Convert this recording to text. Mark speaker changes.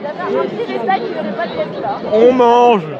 Speaker 1: Il avait un petit détail, il n'aurait pas dû être là.
Speaker 2: On mange